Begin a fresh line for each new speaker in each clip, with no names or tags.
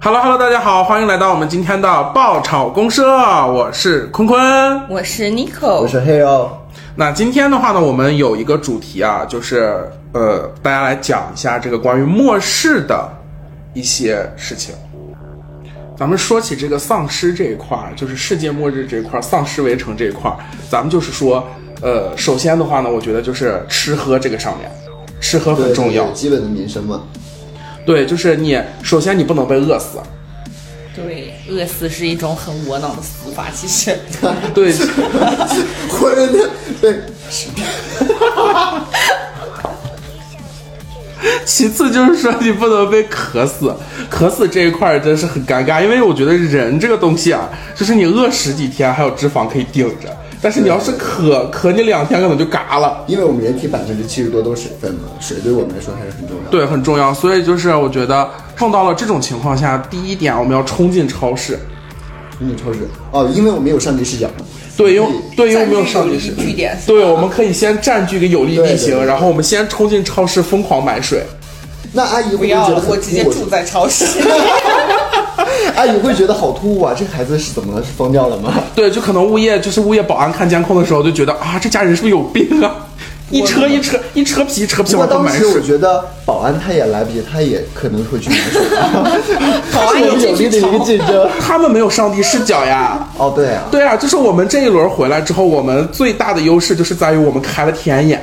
Hello Hello，大家好，欢迎来到我们今天的爆炒公社，我是坤坤。
我是 Nico，
我是黑哦，
那今天的话呢，我们有一个主题啊，就是呃，大家来讲一下这个关于末世的一些事情。咱们说起这个丧尸这一块儿，就是世界末日这一块儿，丧尸围城这一块儿，咱们就是说，呃，首先的话呢，我觉得就是吃喝这个上面，吃喝很重要。
对基本的民生嘛。
对，就是你首先你不能被饿死，
对，饿死是一种很窝囊的死法，其 实
对，
活人的对，
其次就是说你不能被渴死，渴死这一块儿真是很尴尬，因为我觉得人这个东西啊，就是你饿十几天还有脂肪可以顶着，但是你要是渴渴你两天可能就嘎了。
因为我们人体百分之七十多都是水分嘛，水对我们来说还是很重要的。
对，很重要，所以就是我觉得碰到了这种情况下，第一点我们要冲进超市，
嗯，你超市哦，因为我们有上帝视角嘛。
对，因为
嗯
对，因为
占
没有
据有
上帝
利
视角
据点。
对，我们可以先占据一个有利
对
地
对
形，
对
然后我们先冲进超市疯狂买水。
那阿姨会
不
会
要
觉得
了，
很
我直接
突兀
住在超市。
阿姨会觉得好突兀啊！这个孩子是怎么了？是疯掉了吗？
对，就可能物业就是物业保安看监控的时候就觉得啊，这家人是不是有病啊？一车一车一车皮一车皮
不过
往上
当
买
时我
水，
觉得保安他也来不及，他也可能会去买水。
保安
这
也
是有
进
力的
去
一个
超，
竞争。
他们没有上帝视角呀。
哦，对啊，
对啊，就是我们这一轮回来之后，我们最大的优势就是在于我们开了天眼。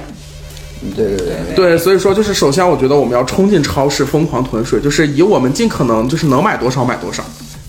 嗯对对对对。
对，所以说就是首先，我觉得我们要冲进超市疯狂囤水，就是以我们尽可能就是能买多少买多少。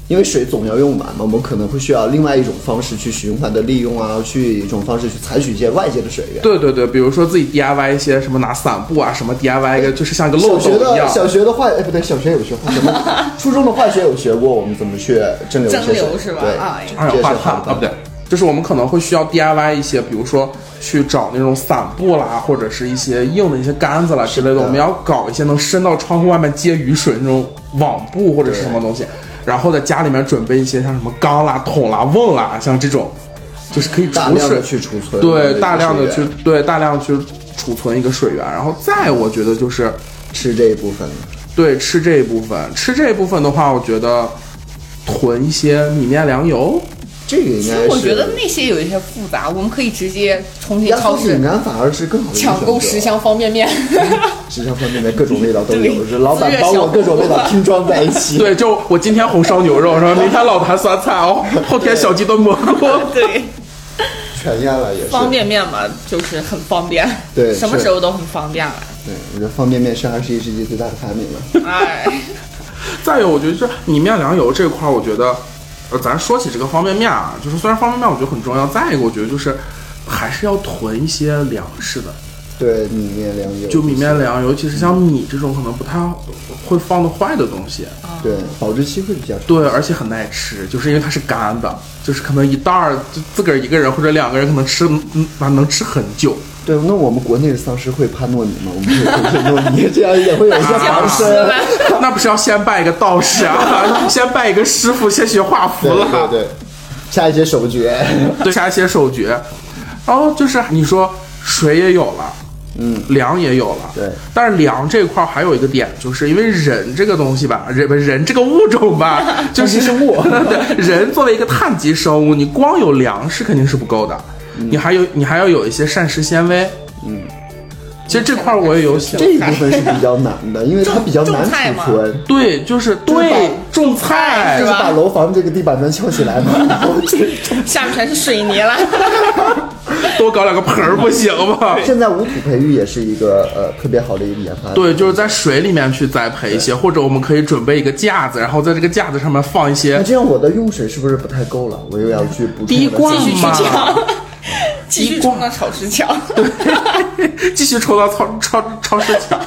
因为水总要用完嘛，我们可能会需要另外一种方式去循环的利用啊，去一种方式去采取一些外界的水源。
对对对，比如说自己 DIY 一些什么拿散布啊，什么 DIY 一个就是像一个漏
小学
斗一
的
样。
小学的化，哎不对，小学有学过什么？初中的化学有学过，我们怎么去蒸馏一些
蒸
水
馏是吧
对，
啊
二氧
这是
化
好
碳
的
啊，不对，就是我们可能会需要 DIY 一些，比如说去找那种散布啦，或者是一些硬的一些杆子啦之类的，
是的
我们要搞一些能伸到窗户外面接雨水那种网布或者是什么东西，然后在家里面准备一些像什么缸啦、桶啦、瓮啦，像这种，就是可以
大
储
量
水
的，去储存，
对，大量的去
去
对大量地去储存一个水源，然后再我觉得就是
吃这一部分。
对吃这一部分，吃这一部分的话，我觉得囤一些米面粮油。
这个应
其
该
实
是
我觉得那些有一些复杂，我们可以直接冲进
压
超
缩饼
市
干反而是更好的一个选择
抢购十，箱方便 面。
十箱方便面各种味道都有，
对
是老板
自热
帮
小
我各种味道拼装在一 起。
对，就我今天红烧牛肉，然后明天老坛酸菜哦，后天小鸡炖蘑菇。
对，
全压了也是
方便面嘛，就是很方便，
对
什么
是
时候都很方便啊了。
对，我觉得方便面是二十一世纪最大的发明了。
哎，
再有，我觉得就是米面粮油这块，我觉得，呃，咱说起这个方便面啊，就是虽然方便面我觉得很重要，再一个我觉得就是还是要囤一些粮食的，
对，米面粮油
就米面粮，尤其是像米这种可能不太会放的坏的东西。
对，保质期会比较长。
对，而且很耐吃，就是因为它是干的，就是可能一袋儿就自个儿一个人或者两个人可能吃，嗯，能吃很久。
对，那我们国内的丧尸会怕糯米吗？我们会推荐糯米，这样也会有一 些防
僵尸
身。
吧。
那不是要先拜一个道士啊，先拜一个师傅，先学画符
对
了。
对对，下一些 手诀。
对，下一些手诀。然后就是你说水也有了，嗯，粮也有了，
对。
但是粮这块儿还有一个点，就是因为人这个东西吧，人不是人这个物种吧，就是
它是生物
对，人作为一个碳基生物，你光有粮食肯定是不够的，你还有你还要有一些膳食纤维，嗯。其实这块儿我也有想，
这一部分是比较难的，因为它比较难
种菜
储
嘛
存。
对，就是对种菜
就是
吧
把楼房这个地板砖敲起来 嘛，然后这
下面全是 水泥了。
多搞两个盆儿不行吗？
现在无土培育也是一个呃特别好的一个研发。
对，就是在水里面去栽培一些，或者我们可以准备一个架子，然后在这个架子上面放一
那
些
这样我的用水是不是不太够了？我又要去补充
滴
我的
灌
水
继续去
嘛，
抢， 继续冲到超市抢。
嗯 继续抽到超超超市抢。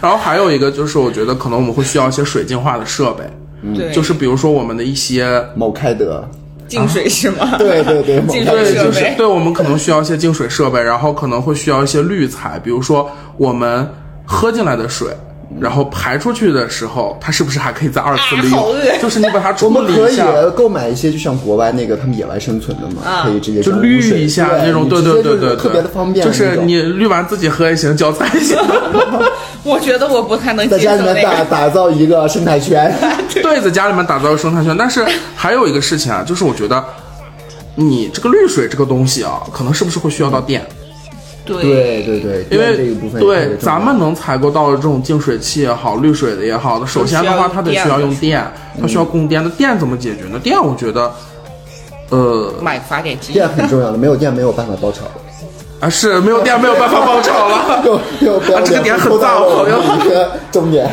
然后还有一个就是，我觉得可能我们会需要一些水净化的设备，
对，
就是比如说我们的一些。
某开德。
净水是吗？
对对对，某
净
开
水
德
对，
设
就
就是
备
对，我们可能需要一些净水设备，然后可能会需要一些滤材，比如说我们喝进来的水，然后排出去的时候，它是不是还可以再二次利
啊好
用
恶？
就是你把它
我
处
们
理
可
一下，
以购买一些，就像国外那个他们野外生存的嘛，
啊
可以直接
就
装
滤
污水
一下
对
那种，
你
对
直
对
接
对
就
对，
是特
对
别的方便
就
的那种，
是你滤完自己喝也行，搅散也 行，
我觉得我不太能
在
接
家
受
里
那
面打
个。
打造一个生态 圈，
对，在家里面打造生态圈。但是还有一个事情啊，就是我觉得你这个滤水这个东西啊，可能是不是会需要到电？
对，
对对对，
因为
嗯这一部分也特别
对
重要
咱们能采购到的这种净水器也好，滤水的也好，首先的话它得需要用电，
嗯
它需要供电。那电怎么解决呢？电我觉得，呃，
买发电机
电很重要的，没有电没有办法爆炒。
啊是没有电没有办法爆炒了。
又又 不要
啊这个点很大
我
朋友
一个重点，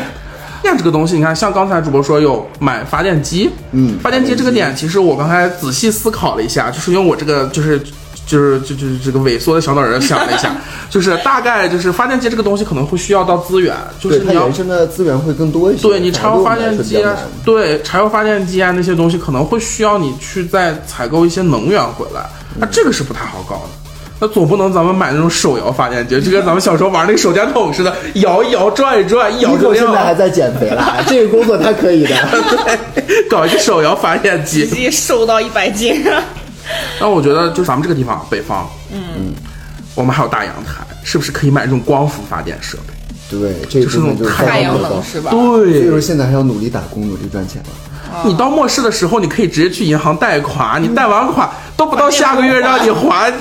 电这个东西，你看，像刚才主播说有买发电机，
嗯
发电机这个点，其实我刚才仔细思考了一下，就是用我这个就是。就是就就是这个萎缩的小脑仁想了一 下，就是大概就是发电机这个东西可能会需要到资源， 就是
对它
你要
原生的资源会更多一些。
对你柴
采
油
购
发
来说
电
比较
机啊
难，
对柴油发电机啊那些东西，可能会需要你去再采购一些能源回来，
嗯
那这个是不太好搞的。那总不能咱们买那种手摇发电机，就跟咱们小时候玩那个手电筒似的，摇一摇，转一转，一摇就
，Nico 现
亮
在还
了。
在减肥 啦，这个工作他可以的。
对， 搞一个手摇发电
直
机。
接瘦到一百 斤，
那我觉得，就咱们这个地方，北方，嗯，我们还有大阳台，是不是可以买这种光伏发电设备？
对，这一部分就是
太阳
高
能是吧？
所以
对
说，现在还要努力打工，努力赚钱了。
你到末世的时候，你可以直接去银行贷款，你贷完款都不到下个月让你还，就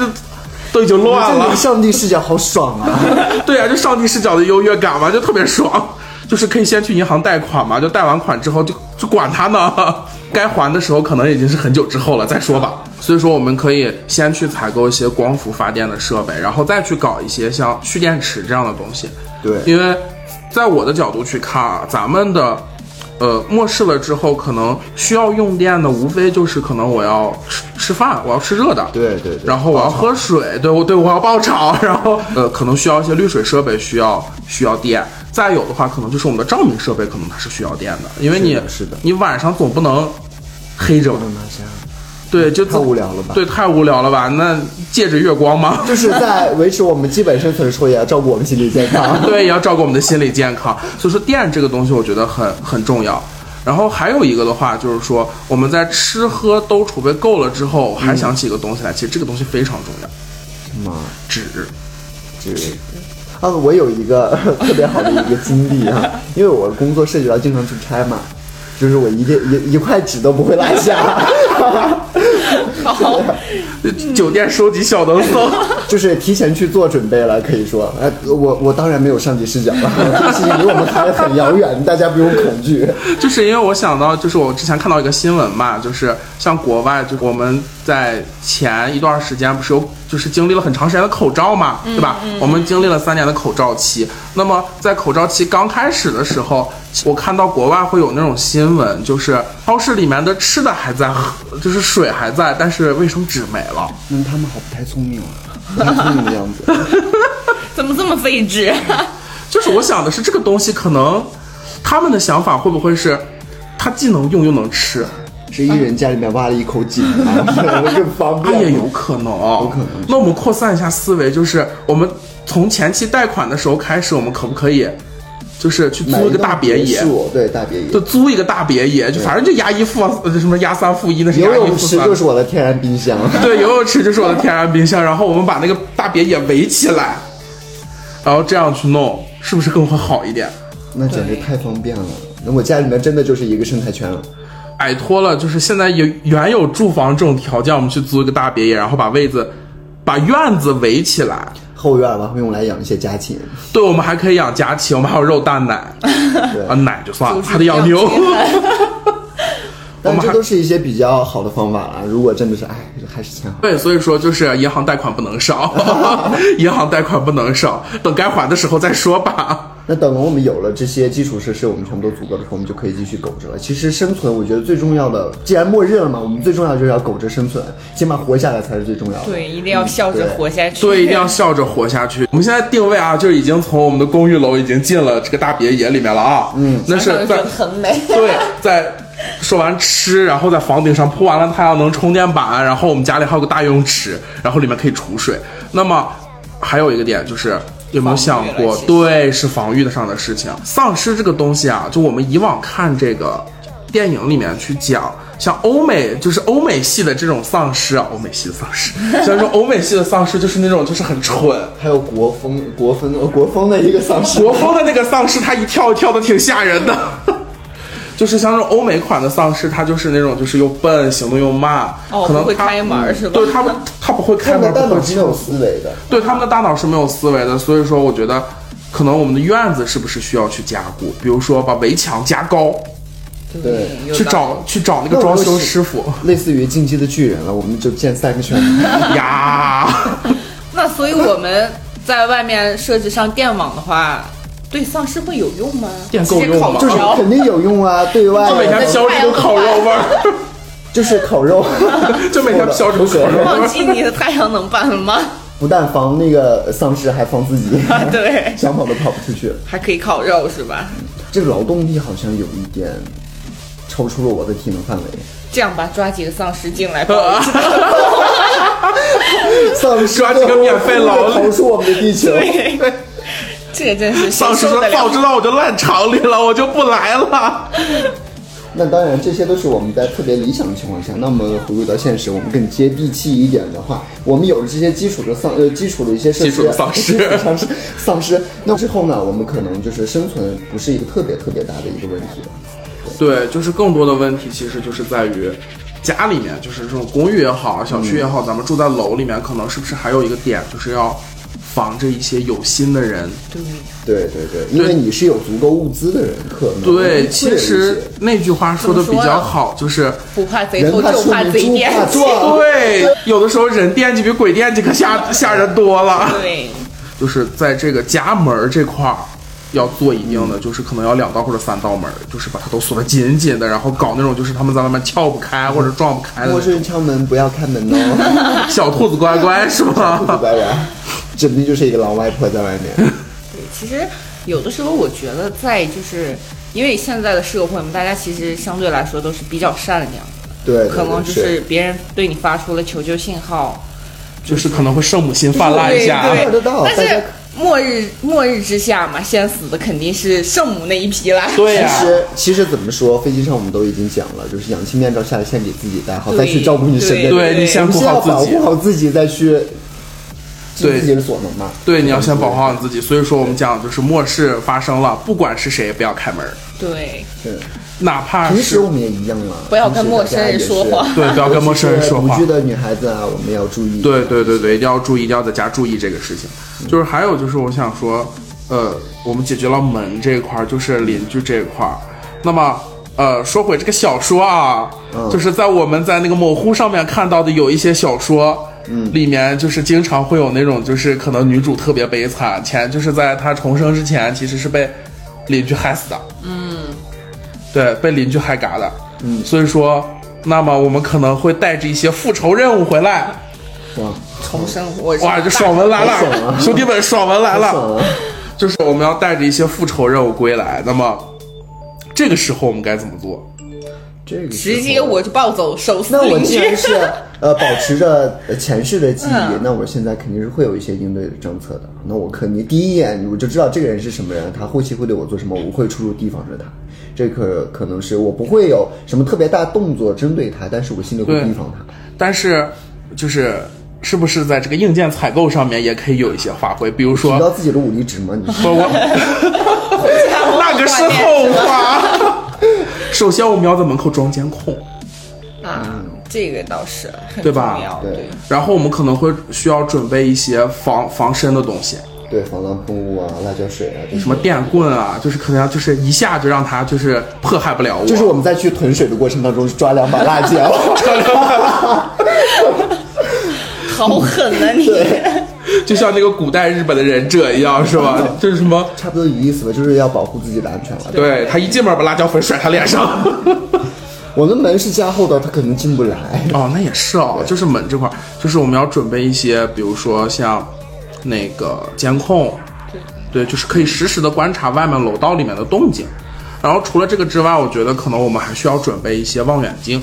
都已经乱
这
了
个。上帝视角好爽啊！
对啊，就上帝视角的优越感嘛，就特别爽。就是可以先去银行贷款嘛，就贷完款之后就就管它呢，该还的时候可能已经是很久之后了，再说吧。所以说我们可以先去采购一些光伏发电的设备，然后再去搞一些像蓄电池这样的东西。
对
因为在我的角度去看啊，咱们的呃末世了之后，可能需要用电的无非就是可能我要吃吃饭，我要吃热的，
对对对
然后我要喝水，对我对我要爆炒， 然后呃可能需要一些滤水设备需要需要电，再有的话可能就是我们的照明设备可能它是需要电的，因为你
是的是的
你晚上总不能黑着吧
我，的妈呀！
对，就
太无聊了吧
对，太无聊了吧？那借着月光吗？
就是在维持我们基本生存的时候，也要照顾我们心理健康。
对，也要照顾我们的心理健康。所以说，电这个东西我觉得很很重要。然后还有一个的话，就是说我们在吃喝都储备够了之后，还
嗯
想起一个东西来，其实这个东西非常重要，
妈，
纸。
这个。啊，我有一个特别好的一个经历啊，因为我工作涉及到经常出差嘛，就是我一定一一块纸都不会落下，
好，
酒店收集小能手，
就是提前去做准备了，可以说，哎，我我当然没有上帝视角了，这个事情离我们还很遥远，大家不用恐惧。
就是因为我想到，就是我之前看到一个新闻嘛，就是像国外，就是我们在前一段时间不是有，就是经历了很长时间的口罩嘛，对吧？我们经历了三年的口罩期。那么在口罩期刚开始的时候，我看到国外会有那种新闻，就是超市里面的吃的还在，喝就是水还在，但是卫生纸没了。
嗯，他们好不太聪明啊，不太聪明的样子。
怎么这么费啊纸？
就是我想的是，这个东西可能他们的想法会不会是，它既能用又能吃？
是一人家里面挖了一口 井啊，更方
它也
便。
哎有可能，有
可能。
那我们扩散一下思维，就是我们从前期贷款的时候开始，我们可不可以，就是去
买
租一个大别野？
墅，对大别野
就。租一个大别野，就反正就押一付呃什么押三付一，那是
游
押一
泳
付
池
三。
就是我的天然冰 箱。
对，游泳池就是我的天然冰箱，然后我们把那个大别野围起来，然后这样去弄，是不是更会好一点？
那简直太方便了。那我家里面真的就是一个生态圈了，
摆脱了就是现在有原有住房这种条件，我们去租一个大别野，然后把位子、把院子围起来，
后院吧，会用来养一些家禽。
对，我们还可以养家禽，我们还有肉蛋奶，啊，奶就算了，还得养牛。 我
但
们
这
还
都是一些比较好的方法啦。如果真的是，哎，还是钱好。
对，所以说就是银行贷款不能少，银行贷款不能少，等该还的时候再说吧。
那等我们有了这些基础设施，我们全部都足够的时候，我们就可以继续苟着了。其实生存，我觉得最重要的，既然默认了嘛，我们最重要的就是要苟着生存，起码活下来才是最重要的。
对，一定要笑着活下去。
所以一定要笑着活下去。我们现在定位啊，就已经从我们的公寓楼已经进了这个大别野里面了啊。嗯， 那
想
是
想就
在
觉得很 美。
对，在说完吃，然后在房顶上铺完了太阳能充电板，然后我们家里还有个大游泳池，然后里面可以储水。那么。还有一个点就是有没有想
防御了
过
其，实
对，是防御的上的事情。丧尸这个东西啊，就我们以往看这个电影里面去讲，像欧美就是欧美系的这种丧尸啊，欧美系的丧尸，虽然说欧美系的丧尸就是那种就是很蠢，
还有国风国风呃国风的一个丧 尸，
国风的那个丧尸，它一跳跳的挺吓人的。 就是像这种欧美款的丧尸，它就是那种就是又笨，行动又慢，
哦
可能
不会
它
开门儿是吧
对，它不，它不会开
他
门
们
儿，
大
不
脑
会
是没有思维的，
对他们的大脑是没有思维的，所以说我觉得，可能我们的院子是不是需要去加固？比如说把围墙加高，
对
有
去
道
找去找那个
那我
装
就
修
是
师傅
类似于进击的巨人了，我们就建三个圈。
呀。
那所以我们在外面设置上电网的话，对丧尸会有用吗？
电够用吗
就是肯定有用啊，对外
就每天飘着一股烤肉味儿，
就是烤 肉，
就每天飘着一股烤肉味
忘
儿。
记你的太阳能板了吗？
不但防那个丧尸，还防自己，
啊，对，
想跑都跑不出去。
还可以烤肉是吧？
这个劳动力好像有一点超出了我的体能范围，
这样吧，抓几个丧 尸进来搞一下。
丧尸
抓几个免费 劳力
逃出我们的地球。
对，这个真是谁
丧尸
受
说
得：“
早
了
知道我就烂厂里了，我就不来了。
那当然，这些都是我们在特别理想的情况下。那么回归到现实，我们更接地气一点的话，我们有了这些基础的丧呃基础的一些设施，
基础的丧尸
基础的丧尸丧尸。那之后呢，我们可能就是生存不是一个特别特别大的一个问题了。”
对，就是更多的问题其实就是在于。家里面就是这种公寓也好，小区也好，咱们住在楼里面，可能是不是还有一个点，就是要防着一些有心的人
对，
对对对，因为你是有足够物资的人，可能会有
对，
一
其实
些
那句话说的比较好，就是
不怕贼
人
偷，
怕
就
树
怕贼
林，猪
惦
怕
记。
壮，
对，啊有的时候人惦记比鬼惦记可吓吓人多了。
对，
就是在这个家门儿这块儿。要做一定的，就是可能要两道或者三道门儿，就是把它都锁得紧紧的，然后搞那种就是他们在外面撬不开或者撞不开的
陌
那种
生人敲门不要开门哦，
小兔子乖乖是
不不
吗？
乖乖， 指不定就是一个老外婆在外面。
对，其实有的时候我觉得在就是因为现在的社会嘛，大家其实相对来说都是比较善良的，
对，对
可能就
对是
是别人对你发出了求救信号，
就是可能会圣母心泛滥一下，啊
对
看得到
但
大
是
家
末日末日之下嘛，先死的肯定是圣母那一批啦。
对呀、
其实其实怎么说，飞机上我们都已经讲了，就是氧气面罩下来先给自己戴好，
对
再去照顾你身边的人。
对你
对
先
我们
顾
先要
好
保
自己
护，好自己，再去尽
对
自己的所能嘛。
对，你要先保护好你自己。所以说我们讲就是末世发生了，不管是谁不要开门儿，
对，
是，
哪怕
平时
是
我们也一样啊，
不要跟陌生人说话
对不要跟陌生人说话
尤其是独居的女孩子啊，我们要注意。
对对对对，一定要注意，一定要在家注意这个事情。就是还有就是，我想说，呃，我们解决了门这一块儿，就是邻居这一块儿。那么，呃，说回这个小说啊，
嗯
就是在我们在那个某乎上面看到的有一些小说。嗯，里面就是经常会有那种，就是可能女主特别悲惨，前就是在她重生之前，其实是被邻居害死的。嗯，对，被邻居害嘎的。嗯，所以说，那么我们可能会带着一些复仇任务回来，
哇，
重生我是
哇，这
大
爽文来
好爽
了，
啊
兄弟们，爽文来
好
了！
爽啊！
就是我们要带着一些复仇任务归来，那么这个时候我们该怎么做？
这个时候
直接我就暴走手撕
那我
邻
既
居。
然是呃保持着呃前世的记忆，
嗯
那我现在肯定是会有一些应对的政策的。那我肯定第一眼我就知道这个人是什么人，他后期会对我做什么，我会出入提防着他。这可可能是我不会有什么特别大动作针对他，但是我心里会
对
提防他。
但是就是是不是在这个硬件采购上面也可以有一些发挥？比如
提高
说，
自己的武力值吗？你
不 我那个是后话。首先我们要在门口装监控，
啊，这个倒是很
对
重
吧
要。
对
对
然后我们可能会需要准备一些防防身的东西。
对防狼喷雾啊、辣椒 水啊，这
什么电棍啊，就是可能要就是一下就让他就是迫害不了我，
就是我们在去囤水的过程当中抓两把辣 椒。
好狠啊你！
就像那个古代日本的忍者一样，是吧？ 就是什么，
差不多有意思吧，就是要保护自己的安全了。
对他一进门把辣椒粉甩他脸上。
我们门是加厚的，他可能进不来。
哦，那也是哦，就是门这块儿，就是我们要准备一些，比如说像那个监控，对，就是可以实时的观察外面楼道里面的动静。然后除了这个之外，我觉得可能我们还需要准备一些望远镜，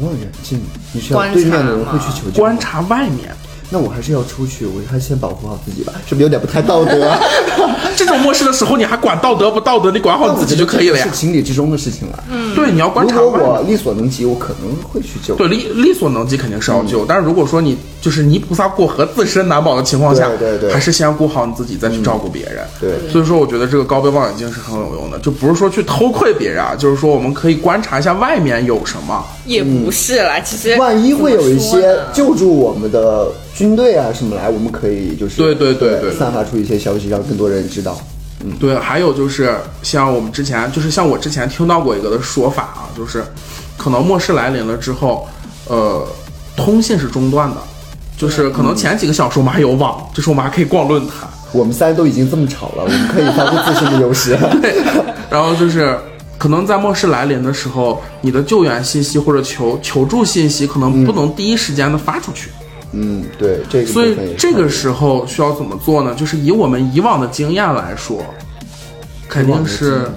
望远镜，你需要对面的人会去求救。
观察外面。
那我还是要出去，我还是先保护好自 己吧，是不是有点不太道德、啊？
这种末世的时候，你还管道德不道德？你管好你哦自己就可以了呀
是。情理之中的事情了。嗯，
对，你要观
如
察
果
外面
我力所能及，我可能会去救。
对，力力所能及肯定是要救，
嗯
但是如果说你就是泥菩萨过河，自身难保的情况下，
对对对嗯
还是先顾好你自己，再去照顾别人。
对
所以说我觉得这个高倍望远镜是很有用的，就不是说去偷窥别人啊，就是说我们可以观察一下外面有什么。
也不是啦，其实
嗯万一会有
怎
一
么说
些
呢
救助我们的军队啊什么来，我们可以就是
对对对对
散发出一些消息，让更多人知道。嗯
对，还有就是像我们之前，就是像我之前听到过一个的说法啊，就是可能末世来临了之后，呃，通信是中断的，就是可能前几个小时我们还有网，就是我们还可以逛论坛。
我们三都已经这么吵了，我们可以发挥自身的 优势。
然后就是可能在末世来临的时候，你的救援信息或者求求助信息可能不能第一时间的发出去，
嗯，对，这个部
所以
分也是
这个时候需要怎么做呢？就是以我们以往的经验来说，肯定是。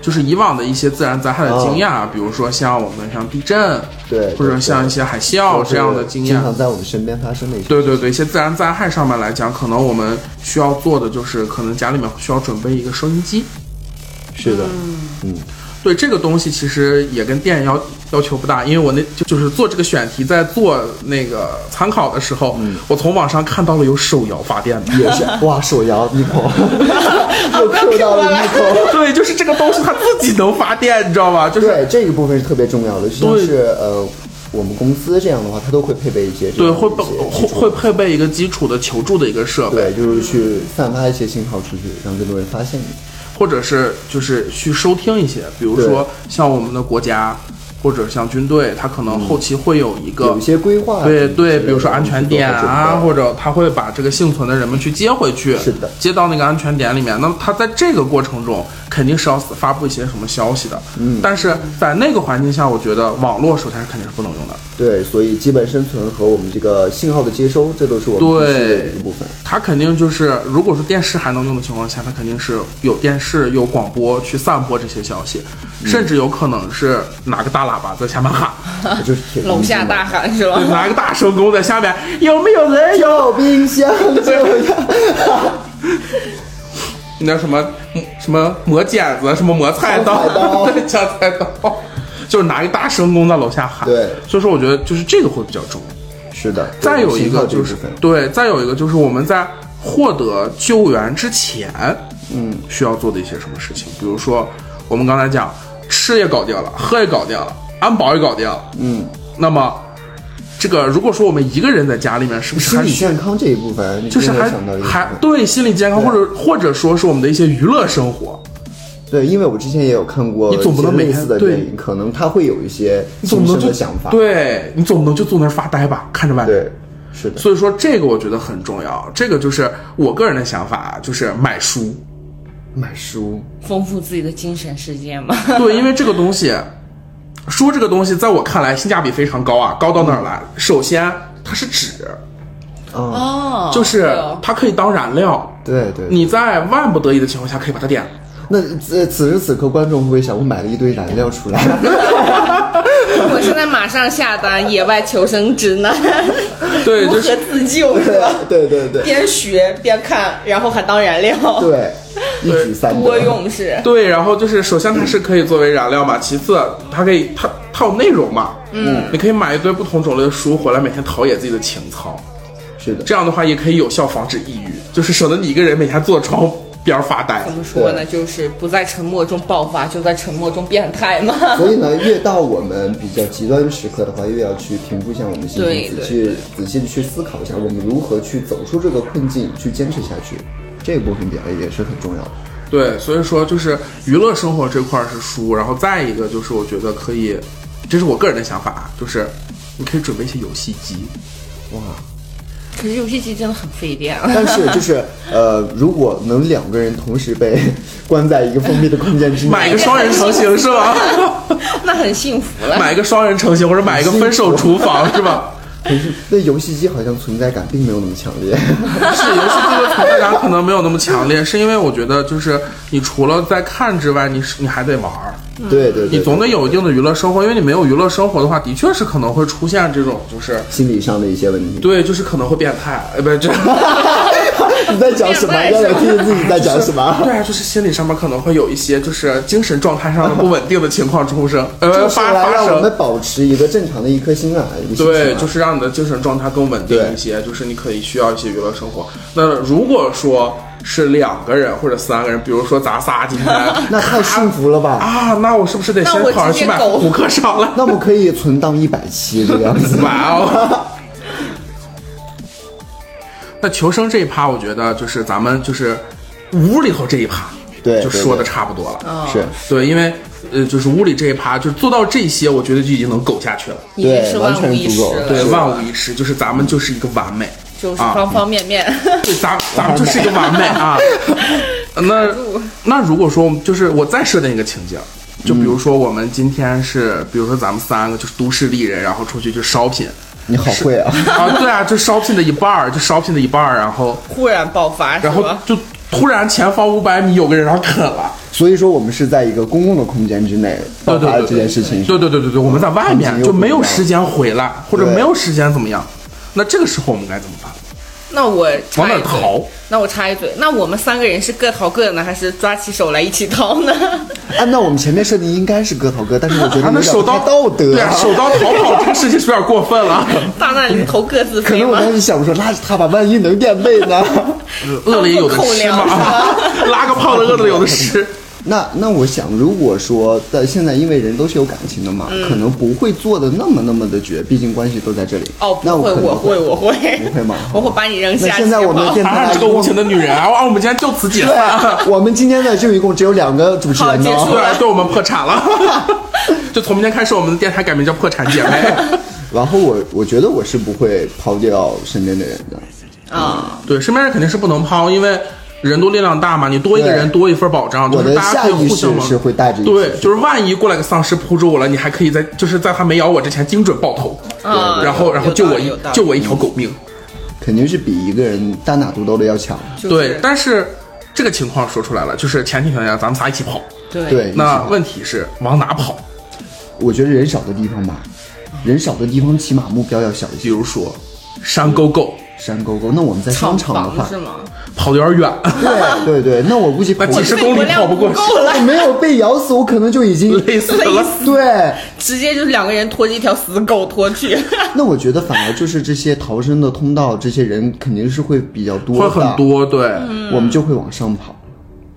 就是以往的一些自然灾害的经验啊，比如说像我们像地震，
哦对对
或者像一些海啸这样的经验
经，常在我们身边发生的一些。
对对对，一些自然灾害上面来讲，可能我们需要做的就是，可能家里面需要准备一个收音机，
是的，
对这个东西其实也跟电影要要求不大，因为我那就就是做这个选题，在做那个参考的时候，
嗯
我从网上看到了有手摇发电的。
也是哇，手摇 Nico 又 Q 到了 Nico。
对，就是这个东西它自己能发电，你知道吧？就是
对，这个部分是特别重要的，就像
对
是呃，我们公司这样的话，它都会配备一些这
对
样的
会
一
配
些
会会配备一个基础的求助的一个设备，
对，就是去散发一些信号出去，让更多人发现你。
或者是就是去收听一些，比如
对
说像我们的国家或者像军队，它可能后期会有一个
嗯有一些规划啊之类的，
对对，比如说安全点啊，
或
或者他会把这个幸存的人们去接回去，
是的
接到那个安全点里面。那么他在这个过程中肯定是要发布一些什么消息的，嗯，但是在那个环境下，我觉得网络首先是肯定是不能用的，
对，所以基本生存和我们这个信号的接收，这都是我们必须的
对
一个部分。
它肯定就是如果说电视还能用的情况下，它肯定是有电视有广播去散播这些消息，
嗯
甚至有可能是拿个大喇叭在下面喊，
啊就是铁公
楼
鸡
下
嘛
大喊是吧
对，？拿个大声公在下面， 有没有人有？
有冰箱就有。
那什么嗯什么磨剪子，什么磨菜刀，
抢菜 刀
对，抢菜刀，就是拿一个大声公在楼下喊。
对
所以说我觉得就是这个会比较重要。
是的，
再有一
信号
个
这
就是
部分
对，再有一个就是我们在获得救援之前，嗯，需要做的一些什么事情，比如说我们刚才讲，吃也搞定了，喝也搞定了，安保也搞定了，嗯，那么这个如果说我们一个人在家里面，是不是
心
还
理
需
健康这一部分，你
就是
真的
还
想到一个部
还
分
对心理健康，或者或者说是我们的一些娱乐生活，
对，因为我之前也有看过
你总不能
一些
每
类
天
似的
对
电影，可能他会有一些
你总
新
不
生
能就
的想法。
对你总不能就坐那儿发呆吧，看着外面。
对，是的，
所以说这个我觉得很重要，这个就是我个人的想法，就是买书。
买书
丰富自己的精神世界 嘛。
对，因为这个东西，书这个东西在我看来性价比非常高啊，高到哪儿来？首先它是纸，
啊，
哦，
就是
对哦
它可以当燃料。
对对。
你在万不得已的情况下可以把它点了。
那此此时此刻，观众会不会想，我买了一堆燃料出来？
我现在马上下单《野外求生指南》，
对
如
就
何
是
自救是吧？
对对 对
边学边看，然后还当燃料，
对，一举三得。
多用是。
对，然后就是首先它是可以作为燃料嘛，其次它可以它它有内容嘛，嗯，你可以买一堆不同种类的书回来，每天陶冶自己的情操，
是的，
这样的话也可以有效防止抑郁，就是省得你一个人每天坐窗边儿发呆
怎。么说呢？就是不在沉默中爆发，就在沉默中变态嘛。
所以呢，越到我们比较极端时刻的话，越要去评估一下我们心
对
情，仔细仔细的去思考一下，我们如何去走出这个困境，去坚持下去。这个部分点也是很重要的。
对，所以说就是娱乐生活这块儿是书，然后再一个就是我觉得可以，这是我个人的想法啊，就是你可以准备一些游戏机，
哇，
可是游戏机真的很费电。 啊
但是就是呃，如果能两个人同时被关在一个封闭的空间之内，
买一个双人成型是吧？
那很幸福了。
买一个双人成型，或者买一个分手厨房是吧？
可是那游戏机好像存在感并没有那么强烈。
是游戏机的存在感可能没有那么强烈，是因为我觉得就是你除了在看之外，你是你还得玩儿，
对对对，
你总得有一定的娱乐生活，因为你没有娱乐生活的话，的确是可能会出现这种就是
心理上的一些问题。
对，就是可能会变态，呃，不是这。
你在讲什么？让我听听自 己在讲什么。
对啊，就是心理上面可能会有一些就是精神状态上的不稳定的情况出生，呃，
就是
发
来
发
让我
生
们。保持一个正常的一颗心啊，一个心情
对，
啊
就是让你的精神状态更稳定一些，就是你可以需要一些娱乐生活。那如果说是两个人或者三个人，比如说咱仨今 天
那太幸福了吧？
啊，那我是不是得先
那我
跑上去
直接
买
狗
扑克烧了？。
那我们可以存档一百期这个样子
哇哦！那求生这一趴，我觉得就是咱们就是屋里头这一趴，
对
就
对
说的
对
差不多了。
是，
对，因为呃，就是屋里这一趴，就是做到这些，我觉得就已经能苟下去了。
已经
对
是
完
万
全
无一
足
失
够
了，
对，万无一失，就是咱们就是一个完 美，
就是
啊
方方面面。
啊
对，咱咱们就是一个完美 啊。那那如果说我们就是我再设定一个情景，就比如说我们今天是，比如说咱们三个就是都市丽人，然后出去就烧品
你好会啊！
啊，对啊，就烧品的一半儿，就烧品的一半儿，然后
忽然爆发，是
然后
吧？
就突然前方五百米有个人然后啃了，
所以说我们是在一个公共的空间之内爆
对对
发
对
了这件事情。
对对对对对，我们在外面就没有时间回来，或者
对
没有时间怎么样？那这个时候我们该怎么办？
那我插
往哪
一
儿
嘴
逃？
那我插一嘴，那我们三个人是各逃各的呢，还是抓起手来一起逃呢？
按啊照我们前面设定应该是各逃各，但是我觉得
他
有
们
点
啊手
不太
刀
道德
对啊，手刀逃跑这个事情是有点过分了。
大难临头各自
可
飞
能我
吗？
当时想，我说拉着他吧，万一能垫背 呢？
饿了也有的吃嘛
当口粮，
拉个胖的饿了有的 吃。
那那我想，如果说在现在，因为人都是有感情的嘛，
嗯
可能不会做的那么那么的绝，毕竟关系都在这里。
哦，
那
不会，
可能
我会，我会，
你会吗
我会把你扔
那
下。
现在我们
好
电台
啊，
来
这个
一共
无情的女人啊！哇我们今天就此解
对啊
散。，
我们今天的就一共只有两个主持人呢。
好结 束
对，对我们破产了。 就从明天开始，我们的电台改名叫《破产姐妹》。
然后我我觉得我是不会抛掉身边的人的，
啊，
对，身边人肯定是不能抛，因为人多力量大嘛，你多一个
对
人多一份保障，啊就
我
是
的
大家
下
可以
意
互
识
相帮
是会带着一
对，
起
就是万一过来个丧尸扑住我了，你还可以在就是在他没咬我之前精准爆头，
啊
然后然后
有
救
道
我
理
一
有道理嗯
救我一条狗命。
肯定是比一个人单打独斗的要强。
就是
对，但是这个情况说出来了，就是前提条件咱们仨一起跑，
对
对，
那问题是往哪跑？
我觉得人少的地方吧，人少的地方起码目标要小一
比
些。
如说山沟沟，
山沟沟，那我们在商
厂
场的
房
话
是，吗？
跑得有点远，
嗯
对对对，那我 估计
那几十
肺
公里
活量
跑不过去，
够了，
我没有被咬死，我可能就已经
累死了。
对。
直接就是两个人拖着一条死狗拖去。
那我觉得反而就是这些逃生的通道，这些人肯定是会比较多
会
的，
很，多，对，
嗯
我们就会往上跑，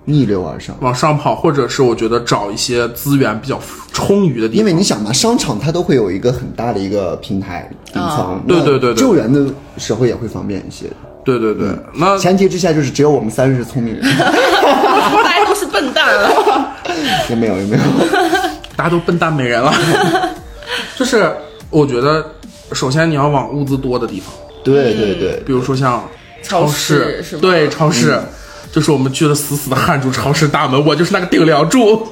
逆流而上。
往上跑，或者是我觉得找一些资源比较充裕的地
因
方，
为你想嘛，商场它都会有一个很大的一个平台顶层，
啊对
那
对对对
救援的时候也会方便一些。
对对对，那
前提之下就是只有我们三个是聪明人，
大家都是笨蛋啊了。
也没有也没有。
大家都笨蛋没人了，就是我觉得，首先你要往物资多的地方，
对对对，
比如说像
超
市，
市是吧
对超市。就是我们去了死死的焊住超市大门，我就是那个顶梁柱。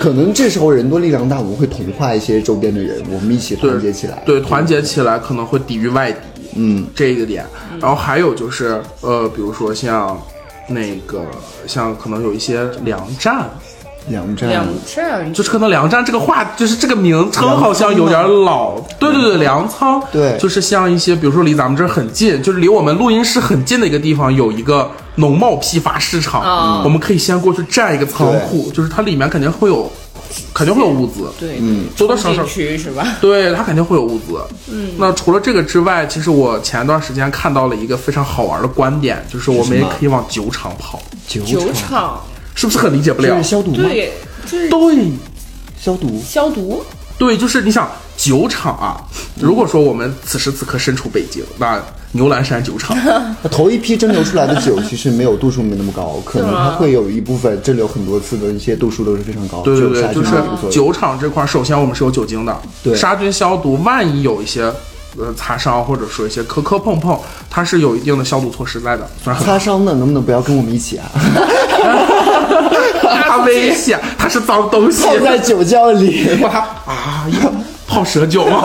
可能这时候人多力量大，我们会同化一些周边的人，我们一起团结起来。
对，团结起来可能会抵御外敌，嗯，这一个点。然后还有就是，呃，比如说像那个，像可能有一些粮站，
粮站，
两站
就是可能粮站这个话，就是这个名称好像有点老。对对对，粮仓，
对
就是像一些，比如说离咱们这儿很近，就是离我们录音室很近的一个地方，有一个农贸批发市场，
哦
我们可以先过去占一个仓库，就是它里面肯定会有，肯定会有物资，
对，
嗯
多多少
冲
少
进。去是吧？
对他肯定会有物资。嗯，那除了这个之外，其实我前段时间看到了一个非常好玩的观点，就是我们也可以往酒厂跑，
酒
酒厂
是不是很理解不了
是？消毒吗？
对，就是
对，
消毒。
消毒。
对，就是你想酒厂啊，
嗯
如果说我们此时此刻身处北京，那牛栏山酒 厂，
头一批蒸馏出来的酒其实没有度数没那么 高，可能它会有一部分蒸馏很多次的一些度数都是非常高，
对对
只有杀
对，
菌
就是
的无所谓。
酒厂这块儿，首先我们是有酒精的，
对
杀菌消毒，万一有一些。呃，擦伤或者说一些磕磕碰碰，它是有一定的消毒措施在的，虽然 很
擦伤的能不能不要跟我们一起 啊？
它危险，它是脏东西，
泡在酒窖里，
把它啊，一泡蛇酒嘛。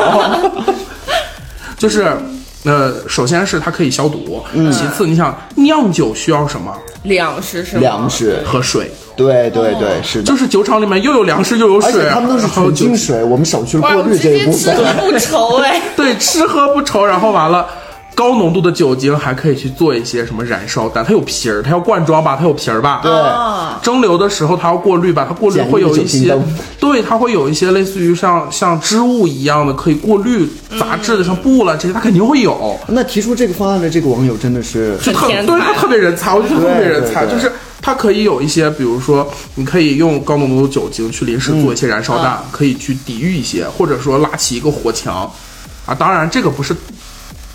就是。呃，首先是它可以消毒，
嗯
其次你想酿酒需要什么？
粮食是吗？
粮食，
和水，
对对
哦
对，是的
就。是酒厂里面又有粮食又有
而
水，
且他们都是
啊然后
纯净
酒
水，我们省去了
哇，
过
我们
滤
直
这一
接
部
吃
分。
喝不愁哎。
对，吃喝不愁，然后完了。高浓度的酒精还可以去做一些什么燃烧弹，它有皮儿，它要灌装吧，它有皮儿吧。
对
啊，
蒸馏的时候它要过滤吧，它过滤
简易
会有
酒
一
精
些
灯，
对，它会有一些类似于像像织物一样的可以过滤杂质的，像布了这些，它肯定会有。
那提出这个方案的这个网友真的是，
就特
很天才
对他特别人才，我觉得他特别
对
人才，
对对
就是他可以有一些，比如说你可以用高浓度酒精去临时做一
嗯
些燃烧弹，
嗯
可以去抵御一些，或者说拉起一个火墙啊。当然，这个不是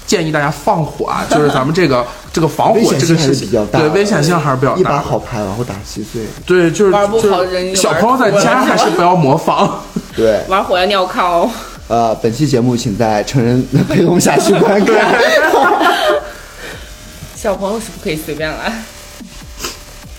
建议大家放火啊，就是咱们这 个这个防
危
火
险
哦这个
性还
事
是
情
比较，大
对
的，
危险性还是比较
一把
大。
好牌，然后打稀碎。
对，就是
玩不好
就
人
是
也
小
玩
朋友在
不过
家
来
还是不要模仿。
对，
玩火要尿炕哦。
呃，本期节目请在成人的陪同下去观看。
小朋友是不可以随便来。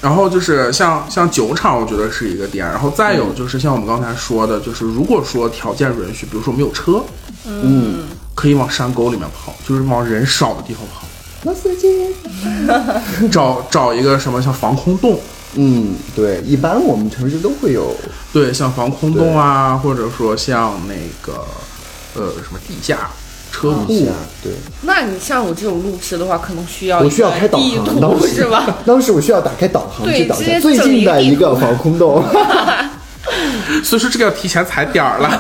然后就是像像酒厂，我觉得是一个点。然后再有就是像我们刚才说的，就是如果说条件允许，比如说我们有车，
嗯，
可以往山沟里面跑，就是往人少的地方跑，
老司机。
找找一个什么像防空洞，
嗯，对，一般我们城市都会有，
对，像防空洞啊，或者说像那个呃什么地下车库
一下，对，
那你像我这种路痴的话，可能需要
我
一
需要
个
开导
地
航，当
图
时
哦是吧？？
当时我需要打开导航
对
去导
直
一
接
下最近的一个防空洞。
所以说这个要提前踩点儿了。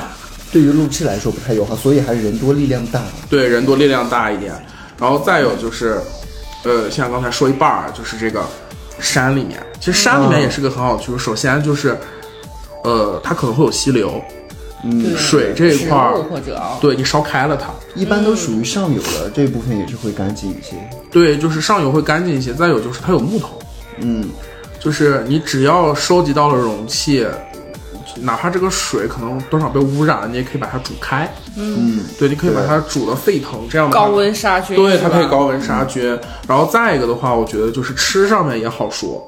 对于路痴来说不太友好，所以还是人多力量大。
对，人多力量大一点。然后再有就是，呃，像刚才说一半儿，就是这个山里面，其实山里面也是个很好的去处。首先就是，呃，它可能会有溪流，
嗯
对
水这一块儿
植物或者啊，
对你烧开了它，
一般都属于上游了，这部分也是会干净一些。
对，就是上游会干净一些。再有就是它有木头，
嗯，
就是你只要收集到了容器，哪怕这个水可能多少被污染了，你也可以把它煮开。嗯，对，你可以把它煮的沸腾，这样的话
高温杀菌
对，
是
它
吧
可以高温杀菌。然后再一个的话，我觉得就是吃上面也好说，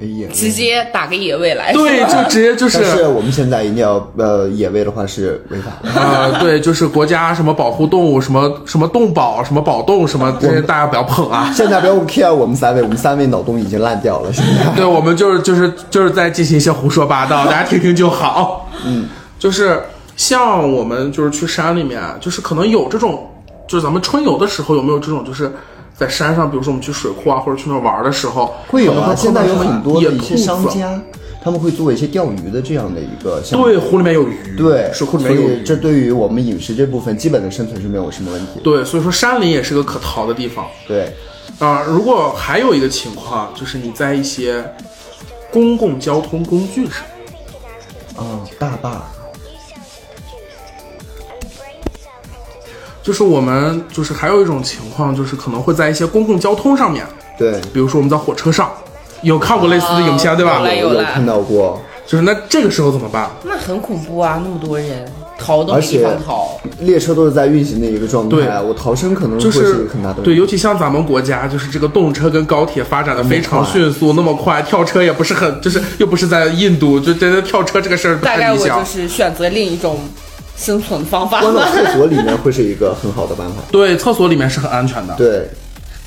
哎呀，
直接打个野味来。
对，就直 接就
但是
是。
我们现在一定要呃野味的话是违法的。
呃，对，就是国家什么保护动物，什么什么动保，什么保动，什么这些大家不要碰啊。
现在不要 care 我们三位，我们三位脑洞已经烂掉了。现 在，
对，我们就是就是就是在进行一些胡说八道，大家听听就 好。嗯，就是像我们就是去山里面，啊就是可能有这种，就是咱们春游的时候有没有这种，就是在山上，比如说我们去水库啊，或者去那儿玩的时候，
会有
可能
啊，
碰
现
到
在有
什么
很多
野
的一
兔
些
子
商家，他们会做一些钓鱼的这样的一个项目。
对，湖里面有鱼，
对，
水库里
所
面有鱼
以，这对于我们饮食这部分基本的生存是没有什么问题的。
对，所以说山林也是个可逃的地方。
对，
啊、如果还有一个情况，就是你在一些公共交通工具上，
啊，大坝，
就是我们就是还有一种情况，就是可能会在一些公共交通上面，
对，
比如说我们在火车上，有看过类似的影片、
哦
对吧
有？嘞有
有
嘞
看到过。
就是那这个时候怎么办？
嗯
那很恐怖啊！那么多人逃都
而
没地
且
方逃，
列车都是在运行的一个状
对
态，我逃生可能
就
会是一
是
个很大的问
对，
题。
尤其像咱们国家，就是这个动车跟高铁发展的非常
那么快
迅速，那么快，跳车也不是很，就是又不是在印度，就真的跳车这个事儿不
大
太
概
理
我
想
就。是选择另一种生存方法
关到
吧。
厕所里面会是一个很好的办 法。
对，厕所里面是很安全的。
对，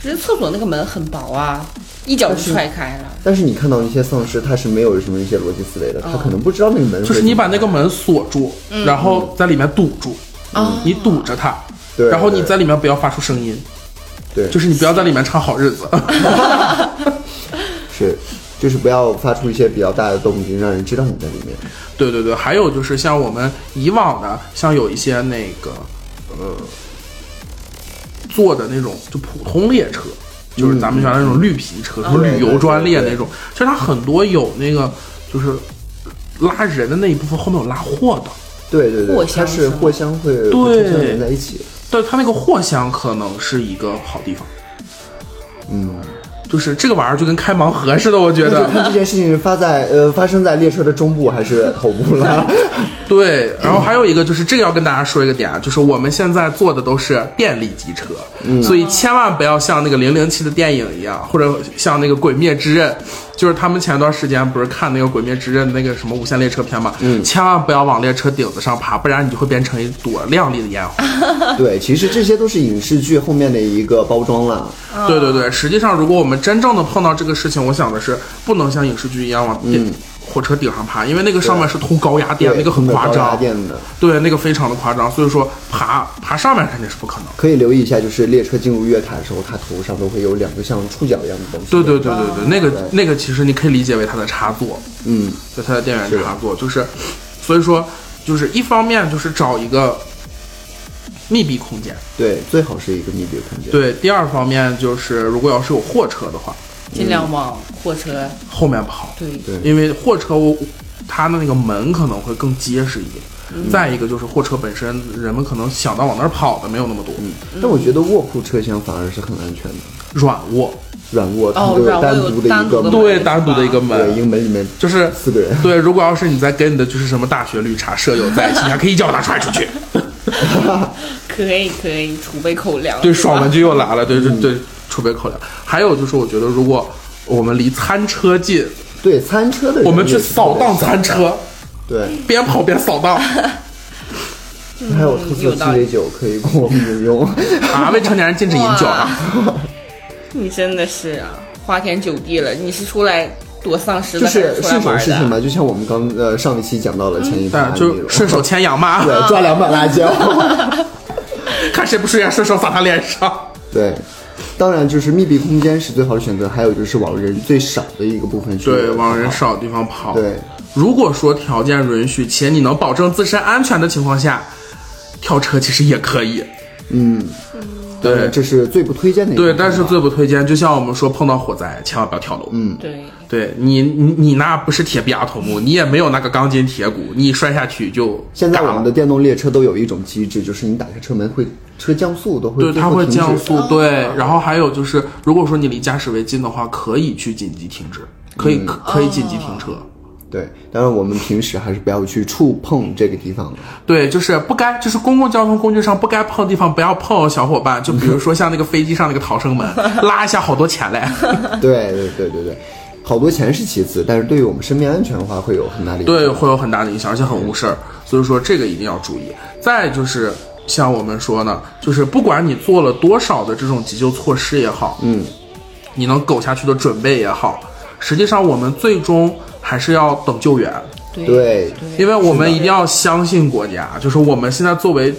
只是厕所那个门很薄啊，一脚就踹开了。
但是你看到一些丧尸，他是没有什么一些逻辑思维的，他可能不知道那个门会
哦就是你把那个门锁住，然后在里面堵住，
哦
你堵着它，
对
然后你
对
在里面不要发出声音，
对，
就是你不要在里面唱好日子。
是就是不要发出一些比较大的动静，让人知道你在里面。
对对对，还有就是像我们以往的，像有一些那个呃坐的那种就普通列车，就是咱们原来那种绿皮车，什
嗯
么旅游专列那种，其实它很多有那个就是拉人的那一部分，后面有拉货的。
对对
藿
对，它
香
是
是吗
藿香会会
对
互相连在一起。
对，它那个货箱可能是一个好地方。
嗯，
就是这个玩意儿就跟开盲盒似的，我觉
那 就
得
看这件事情是发在 呃发生在列车的中部还是头 部了。
对。然后还有一个就是这个要跟大家说一个点啊，就是我们现在坐的都是电力机车，所以千万不要像那个零零七的电影一样，或者像那个《鬼灭之刃》，就是他们前段时间不是看那个《鬼灭之刃》那个什么无限列车篇嘛，千万不要往列车顶子上爬，不然你就会变成一朵亮丽的烟花。
对，其实这些都是影视剧后面的一个包装啦。
对对对，实际上如果我们真正的碰到这个事情，我想的是不能像影视剧一样往电、火车顶上爬，因为那个上面是通高压电，
对
那个很夸
高压
张，
电的，
对，那个非常的夸张，所以说爬爬上面肯定是不可能。
可以留意一下，就是列车进入月台的时候，它头上都会有两个像触角一样的东西。
对对对对对，那个那个其实你可以理解为它的插座，
嗯，
就它的电源插座，就是，所以说就是一方面就是找一个密闭空间，
对，最好是一个密闭空间。，
对，第二方面就是如果要是有货车的话，
尽量往货车
后面跑，
对
对
因为货车我它的那个门可能会更结实一点。
嗯
再一个就是货车本身，人们可能想到往那儿跑的没有那么多，
嗯
但我觉得卧铺车厢反而是很安全的，
软卧
软卧它
哦
都
软卧
单
有
独的
单
一个
独的
门
门
对单独的一个
对，一
门，
个门里面
就是
四个人。
对，如果要是你在跟你的就是什么大学绿茶舍友在一起，你还可以一脚把他踹出去。
可以可以储备口粮。
对，
是吧
爽文就又来了，对对对，嗯储备口粮。还有就是，我觉得如果我们离餐车近，
对，餐车的人
我们去
也是
扫荡
特别
餐车，
对，
边跑边扫 荡
还有特色
有道
鸡
理
尾酒可以供我们 饮用。
啊！未成年人禁止饮酒啊！
你真的是啊，花天酒地了。你是出来躲丧尸的，
就是
还出来
顺手
玩
事情
的？啊
嘛，就像我们刚呃上一期讲到了前一
嗯但
盘，
就顺手牵羊嘛，
嗯
对抓两把 辣椒，
看谁不顺眼，顺手撒他脸上。
对。当然，就是密闭空间是最好的选择，还有就是往人最少的一个部分去
对，往人少的地方跑。
对，
如果说条件允许且你能保证自身安全的情况下，跳车其实也可以。
嗯，
对
这是最不推荐的一个
对，
方法。
但是最不推荐，就像我们说碰到火灾，千万不要跳楼。嗯。
对，
对你，你你那不是铁臂阿童木，你也没有那个钢筋铁骨，你摔下去就
现在
嘎
我
了
们的电动列车都有一种机制，就是你打开车门会车降速都会
对它
会
会
停止啊
降速，对，然后还有就是，如果说你离驾驶位近的话，可以去紧急停止，可
嗯
以、可可以紧急停车。
对，当然我们平时还是不要去触碰这个地方了。
对，就是不该，就是公共交通工具上不该碰的地方不要碰哦，小伙伴。就比如说像那个飞机上那个逃生门，拉一下好多钱嘞。
对对对对对，好多钱是其次，但是对于我们生命安全的话，会有很大的影响。
对，会有很大的影响，而且很误事儿。所以说这个一定要注意。再就是像我们说呢，就是不管你做了多少的这种急救措施也好，嗯，你能苟下去的准备也好，实际上我们最终还是要等救援，
对
对
因为我们一定要相信国家，就是我们现在作为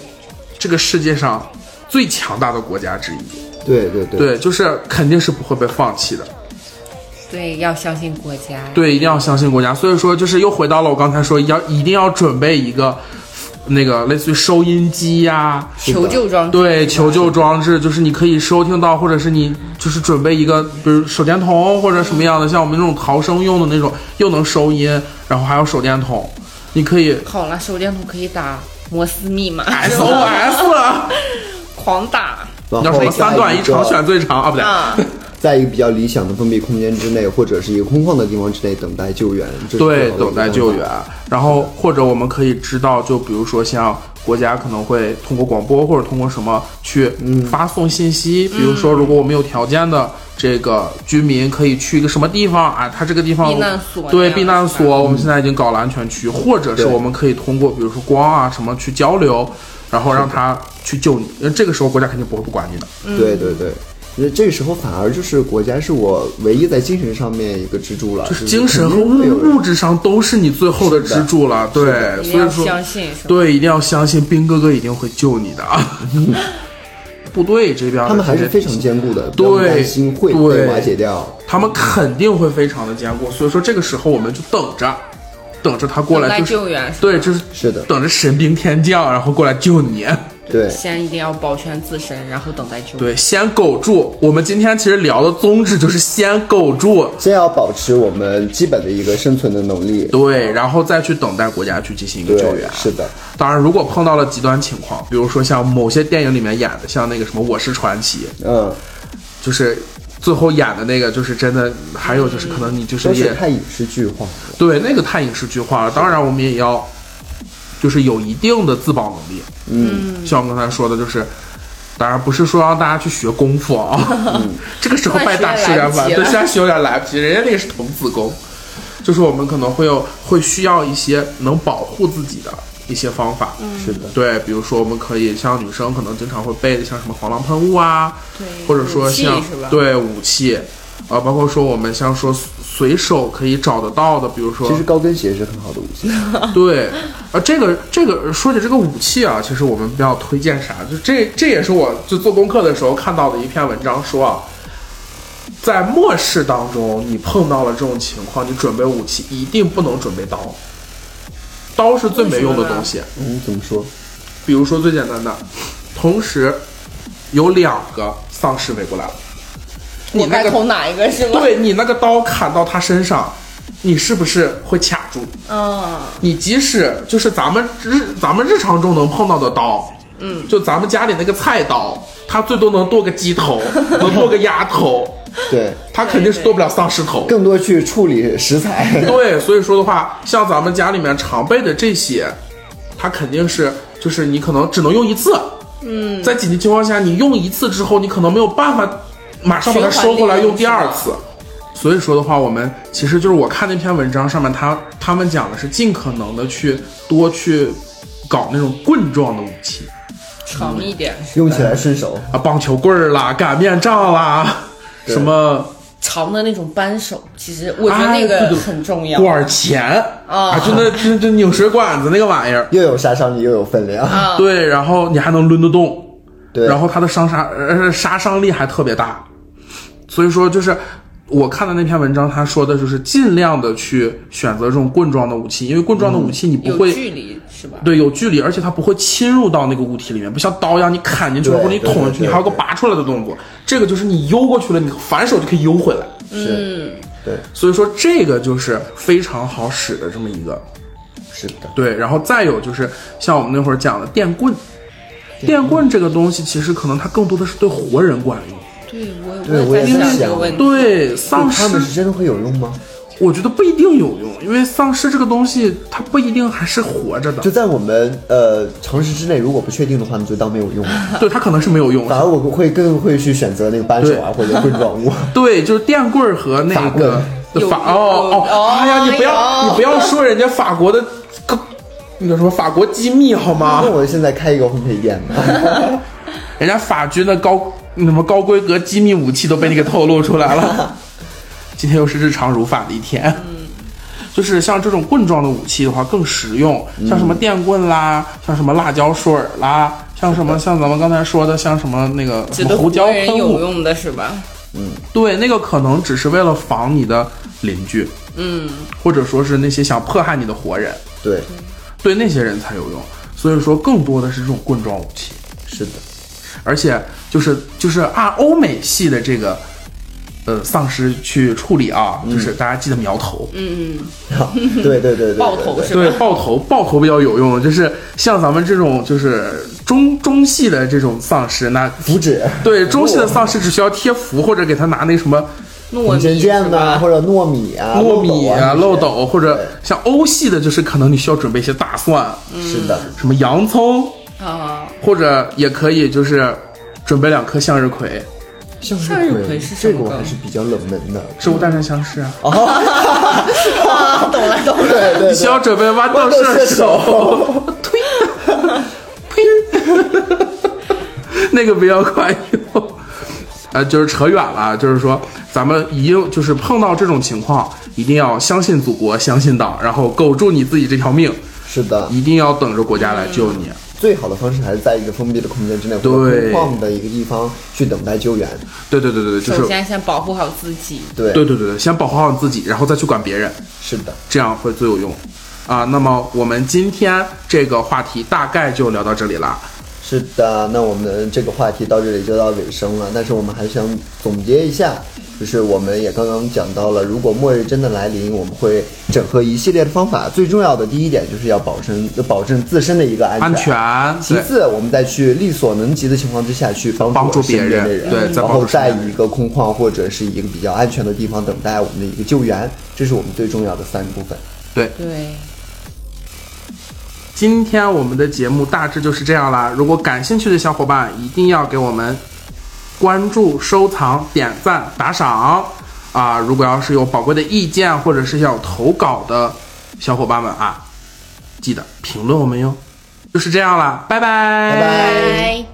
这个世界上最强大的国家之一，
对对对
对，就是肯定是不会被放弃的。
对，要相信国家。
对，一定要相信国家。所以说，就是又回到了我刚才说，要一定要准备一个那个类似于收音机啊呀、
求救装置
对，求救装置，就是你可以收听到，或者是你就是准备一个，比如手电筒或者什么样的，像我们那种逃生用的那种，又能收音，然后还有手电筒，你可以
好了，手电筒可以打摩斯密码，
哎 SOS。
狂打
然
你要
后
什么
在
三段一长选最长啊？不对，
啊！
在一个比较理想的封闭空间之内，或者是一个空旷的地方之内等待救援。这是最
对
好，的
等待
一个
救
方法
援。。然后或者我们可以知道，就比如说像国家可能会通过广播或者通过什么去
嗯
发送信息，比如
嗯
说如果我们有条件的。这个居民可以去一个什么地方啊？他这个地方
避难所
对
那样
避难
是吧
所，我们现在已经搞了安全区，或者是
嗯对
我们可以通过比如说光啊什么去交流，然后让他去救你。因为这个时候国家肯定不会不管你的。
对对对。那这个时候反而就是国家是我唯一在精神上面一个支柱了，
就
就是
精神和
肯定会有人
物物质上都是你最后的支柱了，对，
一定
所
要
以说
相信是吧？
对，一定要相信兵哥哥一定会救你的 啊！部队这边
他们还是非
这
常
些
坚固的，
对
不用担心会被
对
瓦解掉。
他们肯定会非常的坚固，所以说这个时候我们就等着，等着他过
等
来
待
就是
救援是吧
对，就是
是的，
等着神兵天降，然后过来救你。
对
先一定要保全自身，然后等待救援。
对，先苟住。我们今天其实聊的宗旨就是先苟住，
先要保持我们基本的一个生存的能力。
对，然后再去等待国家去进行一个救
对
援，。啊
是的，
当然，如果碰到了极端情况，比如说像某些电影里面演的，像那个什么《我是传奇》，
嗯，
就是最后演的那个，就是真的，还有就是可能你就是
都是
也
太影视剧化了。
对那个太影视剧化了。当然，我们也要就是有一定的自保能力。嗯，像我们刚才说的，就是当然不是说让大家去学功夫啊， 这个时候拜大师有点晚，
嗯现在学也来不及
对，现在学有点来不及，
了
人家那个是童子功，就是我们可能会有会需要一些能保护自己的一些方法，
是的，
对，比如说我们可以像女生可能经常会备的，像什么防狼喷雾啊，
对
或者说
武器
像
是吧
对武器，啊，包括说我们像说随手可以找得到的，比如说
其实高跟鞋是很好的武器。
对，啊，这个这个说起这个武器啊，其实我们比较推荐啥，就这这也是我就做功课的时候看到的一篇文章说啊，在末世当中你碰到了这种情况，你准备武器一定不能准备刀，刀是最没用的东西。啊
嗯，怎么说？
比如说最简单的，同时有两个丧尸围过来了，你
我
那
该
个
投哪一个是吗？，
对你那个刀砍到他身上，你是不是会卡住？
嗯，
你即使就是咱们日咱们日常中能碰到的刀，嗯，就咱们家里那个菜刀，它最多能剁个鸡 头，能剁个鸭头，
对，
它肯定是剁不了丧尸头。
更多去处理食材。
对，所以说的话，像咱们家里面常备的这些，它肯定是就是你可能只能用一次，嗯，在紧急情况下，你用一次之后，你可能没有办法马上把它收回来用第二次。所以说的话，我们其实就是我看那篇文章上面他他们讲的是尽可能的去多去搞那种棍状的武器
长一点，
用起来顺手，
啊，棒球棍儿啦、擀面杖啦，
对
什么
长的那种扳手，其实我觉得那
哎对
个
对
很重要
管儿钳
啊
就那就就拧水管子那个玩意儿。
又有杀伤力，又有分量。
啊。
对，然后你还能抡得动，
对，
然后它的伤杀呃杀伤力还特别大，所以说就是我看的那篇文章，他说的就是尽量的去选择这种棍状的武器，因为棍状的武器你不
有
会、
距离是吧？
对有距离，而且它不会侵入到那个物体里面，不像刀一样你砍进去了
对
或者你
对
捅进
对
去，
对
你还有个拔出来的动作，这个就是你悠过去了，你反手就可以悠回来，
是，对，
所以说这个就是非常好使的这么一个
是的，
对，然后再有就是像我们那会儿讲的电棍，电棍这个东西其实可能它更多的是对活人管用。
对，我
对
我
我也
也
在
在想这
想
个问题。
对丧
他们
尸，
是真的会有用吗？
我觉得不一定有用，因为丧尸这个东西它不一定还是活着的
就，在我们呃常识之内，如果不确定的话，你就当没有用了。
对，它可能是没有用
反
的。
而我会更会去选择那个扳手啊，或者棍状物。
对，就是电棍儿和那
法
个
棍
法哦
有
哦，哎呀，
哦
你不要
有
你不要说人家法国的个那个什么法国机密好吗
那？我现在开一个烘焙店吧，
人家法军的高什么高规格机密武器都被你给透露出来 了。今天又是日常如法的一天。就是像这种棍状的武器的话更实用，
嗯
像什么电棍啦，像什么辣椒水儿啦，像什么像咱们刚才说的，像什么那个什
只
么
对
胡椒
国人
喷
有
雾，
用的是吧？
对，那个可能只是为了防你的邻居，嗯，或者说是那些想迫害你的活人，
对，
对那些人才有用。所以说，更多的是这种棍状武器。
是的，
而且就是就是按欧美系的这个呃丧尸去处理啊，就是大家记得苗头，
对对对对，
爆头
对
是吧？
对爆头爆头比较有用，就是像咱们这种就是中中系的这种丧尸，那
符纸、
对中系的丧尸只需要贴符或者给他拿那什么
糯
针
米
线
是
呐，
吧？
或者糯米啊、
糯米
啊、
漏
这些
斗，或者像欧系的，就是可能你需要准备一些大蒜、
是的，
什么洋葱，
啊，
或者也可以就是准备两颗向日葵，
向
向日葵是
这
什
个
么
我
梗
还是比较冷门的。
植物大战僵尸啊。
懂了懂了。
对对
你需要准备豌豆射手，推，呸， 那个比较管用。呃，就是扯远了啊，就是说咱们一定就是碰到这种情况，一定要相信祖国，相信党，然后苟住你自己这条命，
是的，
一定要等着国家来救你。
最好的方式还是在一个封闭的空间之内，或者
对
空旷的一个地方去等待救援。
对对对对对，就
首
是
先先保护好自己，
对，
对对对对，先保护好你自己，然后再去管别人。
是的，
这样会最有用啊。那么我们今天这个话题大概就聊到这里啦。
是的。那我们这个话题到这里就到尾声了，但是我们还想总结一下，就是我们也刚刚讲到了，如果末日真的来临，我们会整合一系列的方法。最重要的第一点就是要保证保证自身的一个安
安全，
其
对。
次，我们再去力所能及的情况之下去帮
帮助
助身边的
别人对再
然
帮助
后在
身边
一个空旷或者是一个比较安全的地方等待我们的一个救援，这是我们最重要的三个部分。
对
对，
今天我们的节目大致就是这样啦。如果感兴趣的小伙伴，一定要给我们关注、收藏、点赞、打赏啊！如果要是有宝贵的意见，或者是要投稿的小伙伴们啊，记得评论我们哟。就是这样啦，拜拜，
拜拜
拜。